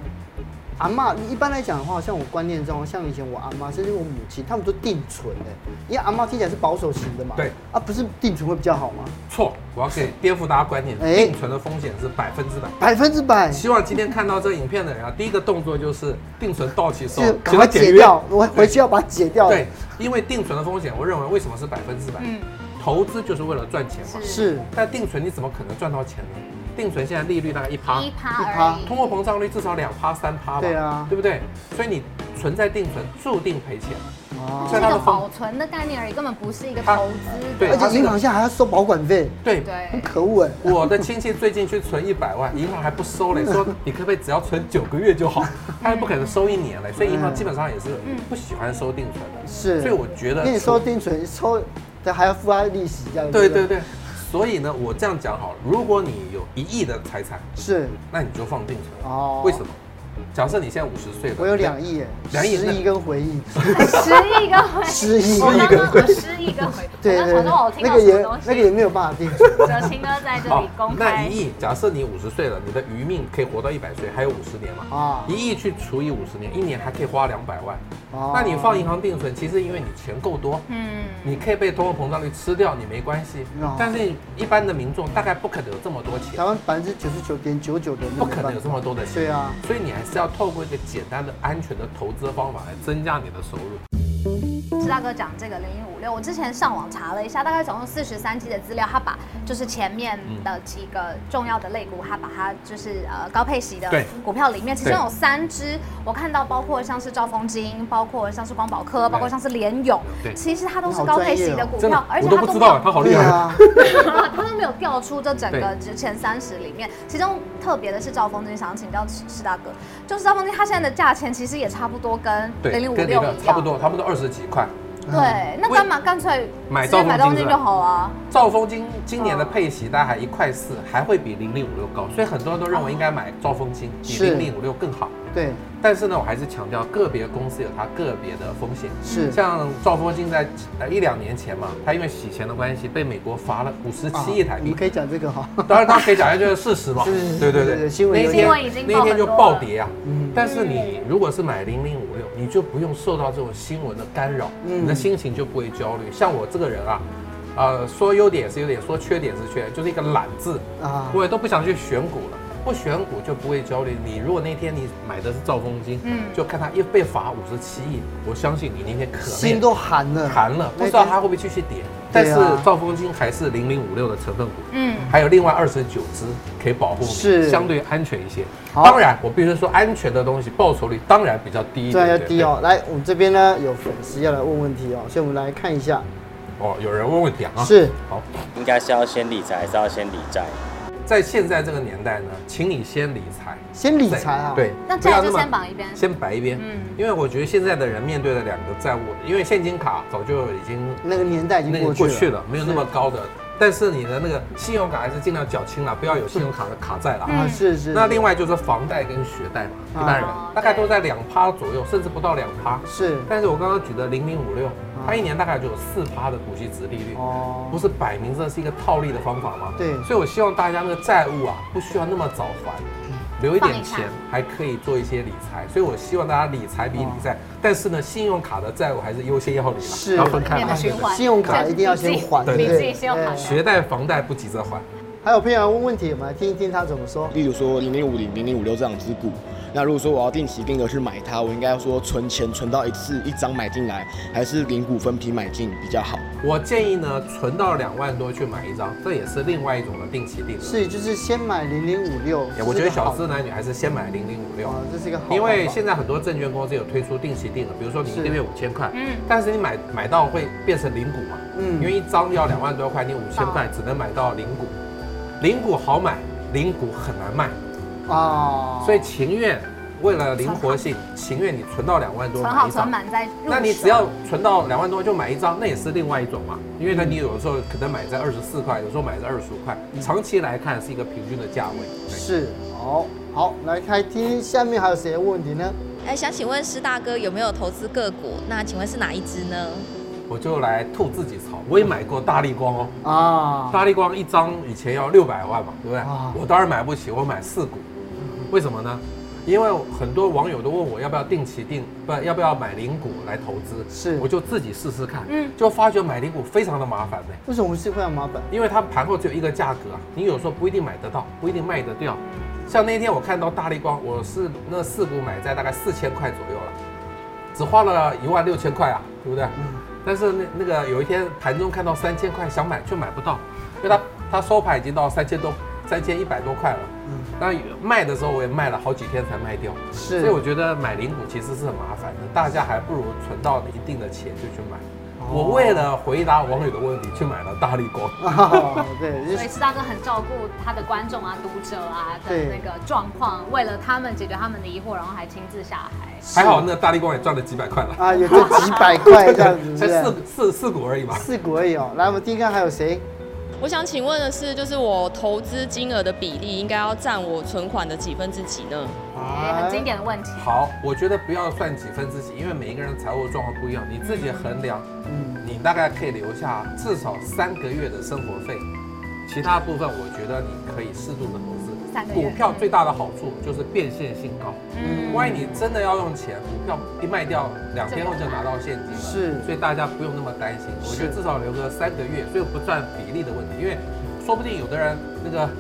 Speaker 1: 阿妈一般来讲的话，像我观念中，像以前我阿妈甚至我母亲，他们都定存的，因为阿妈听起来是保守型的嘛。
Speaker 2: 对。
Speaker 1: 啊，不是定存会比较好吗？
Speaker 2: 错。我要给颠覆大家观念，
Speaker 1: 哎
Speaker 2: 定存的风险是百分之百。
Speaker 1: 百分之百。
Speaker 2: 希望今天看到这影片的人啊，第一个动作就是定存到期的时
Speaker 1: 是
Speaker 2: 候
Speaker 1: 赶快解掉，我
Speaker 2: 对
Speaker 1: 回去要把它解掉。
Speaker 2: 对，，因为定存的风险，我认为为什么是百分之百？
Speaker 3: 嗯，
Speaker 2: 投资就是为了赚钱嘛。
Speaker 1: 是
Speaker 2: 但定存你怎么可能赚到钱呢？定存现在利率大概一趴，
Speaker 3: 一
Speaker 1: 一
Speaker 3: 趴
Speaker 1: 趴
Speaker 3: 而已，
Speaker 2: 啊通货膨胀率至少两趴三趴吧，
Speaker 1: 对啊
Speaker 2: 对不对？所以你存在定存注定赔钱，
Speaker 1: 哦
Speaker 3: 是一
Speaker 2: 所以它
Speaker 3: 个
Speaker 2: 的风
Speaker 3: 保存的概念而已，根本不是一个投资的。
Speaker 2: 对
Speaker 1: 而
Speaker 2: 它
Speaker 1: 且
Speaker 2: 是
Speaker 1: 银行现在还要收保管费，
Speaker 2: 对
Speaker 1: 很
Speaker 3: 对，
Speaker 1: 可恶哎。
Speaker 2: <laughs> 我的亲戚最近去存一百万，银行还不收
Speaker 1: 嗯
Speaker 2: 嘞，说你可不可以只要存九个月
Speaker 1: <laughs>
Speaker 2: 就好，他也不可能收一年嘞，所以银行基本上也是不喜欢收定存的。
Speaker 1: 嗯是，
Speaker 2: 所以我觉得
Speaker 1: 跟你收定存收，对，还要付他利息这样。
Speaker 2: 对
Speaker 1: 不
Speaker 2: 对，对，所以呢，我这样讲好了，如果你有一亿的财产，
Speaker 1: 是
Speaker 2: 那你就放定存。
Speaker 1: 哦
Speaker 2: 哦，为什么？假设你现在五十岁了，
Speaker 1: 我有两亿哎，
Speaker 2: 两亿
Speaker 1: 十
Speaker 2: 那
Speaker 1: 亿跟回
Speaker 2: <laughs>
Speaker 1: 忆，
Speaker 3: 十亿个回，
Speaker 1: 十亿
Speaker 3: 我刚
Speaker 2: 十亿个
Speaker 3: 刚
Speaker 2: 回
Speaker 3: 我十亿个回，
Speaker 1: 对
Speaker 3: 我刚
Speaker 1: 对
Speaker 3: 想说我
Speaker 1: 对，
Speaker 3: 听
Speaker 1: 那
Speaker 3: 到
Speaker 1: 个
Speaker 3: 什么
Speaker 1: 也
Speaker 3: 东西，
Speaker 1: 那个也哦没有办法定存。
Speaker 3: 哲青哥在这
Speaker 2: 好
Speaker 3: 里公
Speaker 2: 啊那
Speaker 3: 开
Speaker 2: 一，亿，假设你五十岁了，你的余命可以活到一百岁，还有五十年嘛？
Speaker 1: 啊
Speaker 2: 啊，一亿去除以五十年，一年还可以花两百万。
Speaker 1: 哦
Speaker 2: 那你放银行定存，其实因为你钱够多，
Speaker 3: 嗯，
Speaker 2: 你可以被通货膨胀率吃掉，你没关系
Speaker 1: 哦。
Speaker 2: 但是一般的民众大概不可能有这么多
Speaker 1: 台
Speaker 2: 钱，
Speaker 1: 湾百分之九十九点九九的那
Speaker 2: 不
Speaker 1: 个
Speaker 2: 可能有这么多的钱。
Speaker 1: 对啊，
Speaker 2: 所以你还是要透过一个简单的、安全的投资方法来增加你的收入。
Speaker 3: 是大哥讲这嗯个零零五六，我之前上网查了一下，大概总共四十三期的资料，他把就是前面的几个重要的类股，他把它就是呃高配息的
Speaker 2: 对
Speaker 3: 股票里面，其中
Speaker 2: 对
Speaker 3: 有三只我看到，包括像是兆丰金，包括像是光宝科，包括像是联勇，
Speaker 2: 对
Speaker 3: 其实它都是
Speaker 1: 好
Speaker 3: 高
Speaker 1: 专
Speaker 3: 配
Speaker 1: 业
Speaker 3: 息
Speaker 1: 哦
Speaker 3: 的股
Speaker 2: 真的
Speaker 3: 票，而，且
Speaker 2: 我
Speaker 3: 它
Speaker 2: 都
Speaker 3: 都
Speaker 2: 不知
Speaker 3: 没有
Speaker 2: 道，他好厉
Speaker 1: 对
Speaker 2: 害。
Speaker 1: 啊，
Speaker 3: <laughs> 他都没有调出这整个之前三十里面，其中特别的是兆丰金，想请教施大哥，就是兆丰金它现在的价钱其实也差不多跟零零五
Speaker 2: 跟你
Speaker 3: 六
Speaker 2: 的
Speaker 3: 一
Speaker 2: 差不
Speaker 3: 样，
Speaker 2: 多，差不多二十几块。
Speaker 1: 嗯
Speaker 3: 对，那干嘛干脆
Speaker 2: 买
Speaker 3: 直接买
Speaker 2: 兆丰
Speaker 3: 兆丰
Speaker 2: 金
Speaker 3: 金
Speaker 2: 是吧
Speaker 3: 就好啊了？
Speaker 2: 兆丰金今年的配息大概一块四，还会比零零五六高，所以很多人都认为应该买兆丰金比
Speaker 1: 是
Speaker 2: 零零五六更好。 <laughs>
Speaker 1: 对，
Speaker 2: 但是呢，我还是强调个别公司有它个别的风险。
Speaker 1: 是
Speaker 2: 像兆丰金在呃一两年前嘛，它因为洗钱的关系被美国罚了五十七亿台
Speaker 1: 我啊
Speaker 2: 币
Speaker 1: 们。可以讲这个哈，
Speaker 2: 当然，它可以讲一下就是事实嘛
Speaker 1: <laughs> 是是是。
Speaker 2: 对对
Speaker 1: 对对
Speaker 2: 对，
Speaker 1: 新闻
Speaker 2: 那一
Speaker 1: 有
Speaker 2: 天
Speaker 3: 新闻已经
Speaker 2: 那一天就
Speaker 3: 报很多了
Speaker 2: 暴跌啊
Speaker 1: 嗯。
Speaker 2: 但是你如果是买零零五六，你就不用受到这种新闻的干扰，
Speaker 1: 嗯
Speaker 2: 你的心情就不会焦虑。像我这个人啊，呃，说优点是优点，说缺点是缺点，就是一个懒字。
Speaker 1: 啊，
Speaker 2: 我也都不想去选股了。不选股就不会焦虑。你如果那天你买的是兆丰金，
Speaker 3: 嗯
Speaker 2: 就看它一被罚五十七亿，我相信你那天可
Speaker 1: 心
Speaker 2: 能
Speaker 1: 都寒了，
Speaker 2: 寒了，不知道它会不会继续跌。
Speaker 1: 啊
Speaker 2: 但是兆丰金还是零零五六的成分股，
Speaker 3: 嗯，
Speaker 2: 还有另外二十九只可以保护你，
Speaker 1: 是
Speaker 2: 相对安全一些。
Speaker 1: 好
Speaker 2: 当然，我必须说安全的东西报酬率当然比较低一
Speaker 1: 对
Speaker 2: 点，
Speaker 1: 要
Speaker 2: 对
Speaker 1: 低。哦。来，我们这边呢有粉丝要来问问题哦，所以我们来看一下，
Speaker 2: 对哦，有人问问题啊。
Speaker 1: 是
Speaker 2: 好，
Speaker 4: 应该是要先理财，还是要先理债？
Speaker 2: 在现在这个年代呢，请你先理财。
Speaker 1: 先理财啊，
Speaker 2: 对，
Speaker 3: 那
Speaker 2: 不
Speaker 3: 这
Speaker 2: 要
Speaker 3: 样就
Speaker 2: 么
Speaker 3: 先绑一边，
Speaker 2: 先摆一边，
Speaker 3: 嗯
Speaker 2: 嗯，因为我觉得现在的人面对的两个债务，因为现金卡早就已经
Speaker 1: 那个年代已
Speaker 2: 那
Speaker 1: 经
Speaker 2: 个
Speaker 1: 过
Speaker 2: 过
Speaker 1: 去
Speaker 2: 去
Speaker 1: 了，
Speaker 2: 了，没有那么高的，但是你的那个信用卡还是尽量缴清了，不要有信用卡的卡债了。
Speaker 1: 啊，
Speaker 3: 嗯
Speaker 1: 是是，
Speaker 2: 那另
Speaker 1: 外
Speaker 2: 外就是房贷跟学贷嘛，
Speaker 1: 啊
Speaker 2: 一般人
Speaker 3: 哦
Speaker 2: 大概
Speaker 3: 对
Speaker 2: 都在两趴左右，甚至不到两趴。
Speaker 1: 是
Speaker 2: 但是我刚刚举的零零五六，它一年大概就有四趴的股息值利率，
Speaker 1: 啊哦
Speaker 2: 不，是摆明这是一个套利的方法吗？
Speaker 1: 对
Speaker 2: 所以我希望大家那个债务啊，不需要那么早还，
Speaker 1: 嗯
Speaker 2: 留一点
Speaker 3: 放一
Speaker 2: 钱
Speaker 3: 下
Speaker 2: 还可以做一些理财。所以我希望大家理财比理债，但是呢，信用卡的债务还是优先要理了，
Speaker 1: 哦是
Speaker 2: 要分开
Speaker 3: 免
Speaker 2: 来
Speaker 3: 得循环
Speaker 1: 信用卡一定要先还，
Speaker 3: 对
Speaker 1: 对
Speaker 3: 比
Speaker 1: 不
Speaker 3: 自
Speaker 1: 对
Speaker 3: 己信用卡
Speaker 1: 对
Speaker 2: 学贷、房贷不急着还，
Speaker 1: 还有朋友来问问题，我们来听一听他怎么说。
Speaker 5: 例如说零零五零、零零五六这样子股，那如果说我要定期定额去买它，我应该说存钱存到一次一张买进来，还是零股分批买进比较好？
Speaker 2: 我建议呢，存到两万多去买一张，这也是另外一种的定期定额。
Speaker 1: 是，就是先买零零五六
Speaker 2: 哎，。我觉得小资男女还是先买零零五六
Speaker 1: 啊，，这是一个好办法。
Speaker 2: 因为现在很多证券公司有推出定期定额，比如说你一
Speaker 1: 是
Speaker 2: 个月五千块，
Speaker 3: 嗯
Speaker 2: 但是你买买到会变成零股嘛，
Speaker 1: 嗯
Speaker 2: 因为一张要两万多块，你五千块只能买到零股，零股好买，零股很难卖，
Speaker 1: 啊，
Speaker 2: 所以情愿为了灵活性，情愿你存到两万多
Speaker 3: 存
Speaker 2: 买
Speaker 3: 好
Speaker 2: 一
Speaker 3: 存
Speaker 2: 张。
Speaker 3: 满再入手。
Speaker 2: 那你只要存到两万多就买一张，那也是另外一种嘛，因为呢，
Speaker 3: 嗯
Speaker 2: 你有的时候可能买在二十四块，有时候买在二十五块，长期来看是一个平均的价位。
Speaker 1: 是好好来看听听下面还有谁的问题呢？
Speaker 6: 哎，想请问施大哥有没有投资个股？那请问是哪一支呢？
Speaker 2: 我就来吐自己槽，我也买过大力光哦，
Speaker 1: 啊，
Speaker 2: 大力光一张以前要六百万嘛，对不对
Speaker 1: 啊？
Speaker 2: 我当然买不起，我买四股，为什么呢？因为很多网友都问我要不要定期定，不要不要买零股来投资，
Speaker 1: 是
Speaker 2: 我就自己试试看，
Speaker 3: 嗯
Speaker 2: 就发觉买零股非常的麻烦呢、
Speaker 1: 为什么是会要麻烦？
Speaker 2: 因为它盘后只有一个价格啊，你有时候不一定买得到，不一定卖得掉。像那天我看到大力光，我是那四股买在大概四千块左右了，只花了一万六千块啊，对不对？但是那那个有一天盘中看到三千块，想买却买不到，因为它它收盘已经到三千多、三千一百多块了。
Speaker 1: 嗯，
Speaker 2: 那卖的时候我也卖了好几天才卖掉，
Speaker 1: 是，
Speaker 2: 所以我觉得买零股其实是很麻烦的，大家还不如存到一定的钱就去买。
Speaker 1: 哦
Speaker 2: 我为了回答网友的问题去买了大力光。
Speaker 1: 啊，
Speaker 2: <laughs>
Speaker 1: 对，就
Speaker 3: 所以
Speaker 1: 是
Speaker 3: 施大哥很照顾他的观众啊、读者啊的
Speaker 1: 对
Speaker 3: 那个状况，为了他们解决他们的疑惑，然后还亲自下海。
Speaker 2: 还好那大力光也赚了几百块了，
Speaker 1: 啊，有这几百块这样子，是不
Speaker 2: <laughs> 才
Speaker 1: 是
Speaker 2: 四四四股而已嘛。
Speaker 1: 四股而已哦。来，我们第一看还有谁？
Speaker 7: 我想请问的是，就是我投资金额的比例应该要占我存款的几分之几呢？
Speaker 3: 哎，很经典的问题。
Speaker 2: 好，我觉得不要算几分之几，因为每一个人财务状况不一样，你自己衡量，
Speaker 1: 嗯，
Speaker 2: 你大概可以留下至少三个月的生活费，其他部分我觉得你可以适度的投资。
Speaker 3: 三个月
Speaker 2: 股票最大的好处就是变现性高，
Speaker 3: 嗯
Speaker 2: 万一你真的要用钱，股票一卖掉，两天后就拿到现金了。
Speaker 1: 是
Speaker 2: 所以大家不用那么担心。我觉得
Speaker 1: 是
Speaker 2: 至少留个三个月，所以不算比例的问题，因为说不定有的人那个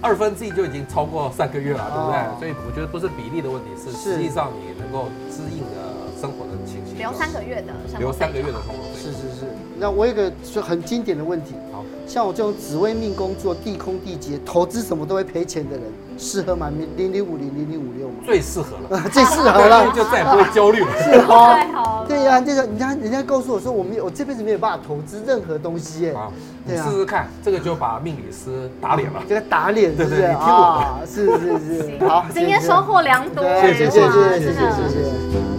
Speaker 2: 二分之一就已经超过三个月了，对不对？
Speaker 1: 哦
Speaker 2: 所以我觉得不是比例的问题，是
Speaker 1: 是
Speaker 2: 实际上你能够支应的生活的情形。
Speaker 3: 留三个月的生活费
Speaker 2: 留三个月的生活费。
Speaker 1: 是是是。那我有一个就很经典的问题，
Speaker 2: 好，
Speaker 1: 像我这种紫微命工作、地空地劫、投资什么都会赔钱的人，适合买零零五零、零零五六
Speaker 2: <laughs>
Speaker 1: 吗？啊
Speaker 2: 最适合
Speaker 1: <laughs>
Speaker 2: 了，
Speaker 1: 最适合了，
Speaker 2: <laughs> 就再也不会焦虑了。 <laughs>
Speaker 1: 是哦
Speaker 3: 太好了
Speaker 1: 对呀、就是人家人家告诉我说，我没有，我这辈子没有办法投资任何东西耶，
Speaker 2: 啊，你
Speaker 1: 对啊
Speaker 2: 试试看，这个就把命理师打脸了。
Speaker 1: 这个打脸是不是
Speaker 2: 对对你听我的 <laughs>
Speaker 1: 啊？是是是，好，
Speaker 3: 今天收获良多，
Speaker 1: 对，
Speaker 2: 谢
Speaker 1: 谢
Speaker 2: 谢
Speaker 1: 谢
Speaker 3: 哇
Speaker 1: 谢谢
Speaker 3: 真的
Speaker 1: 谢谢。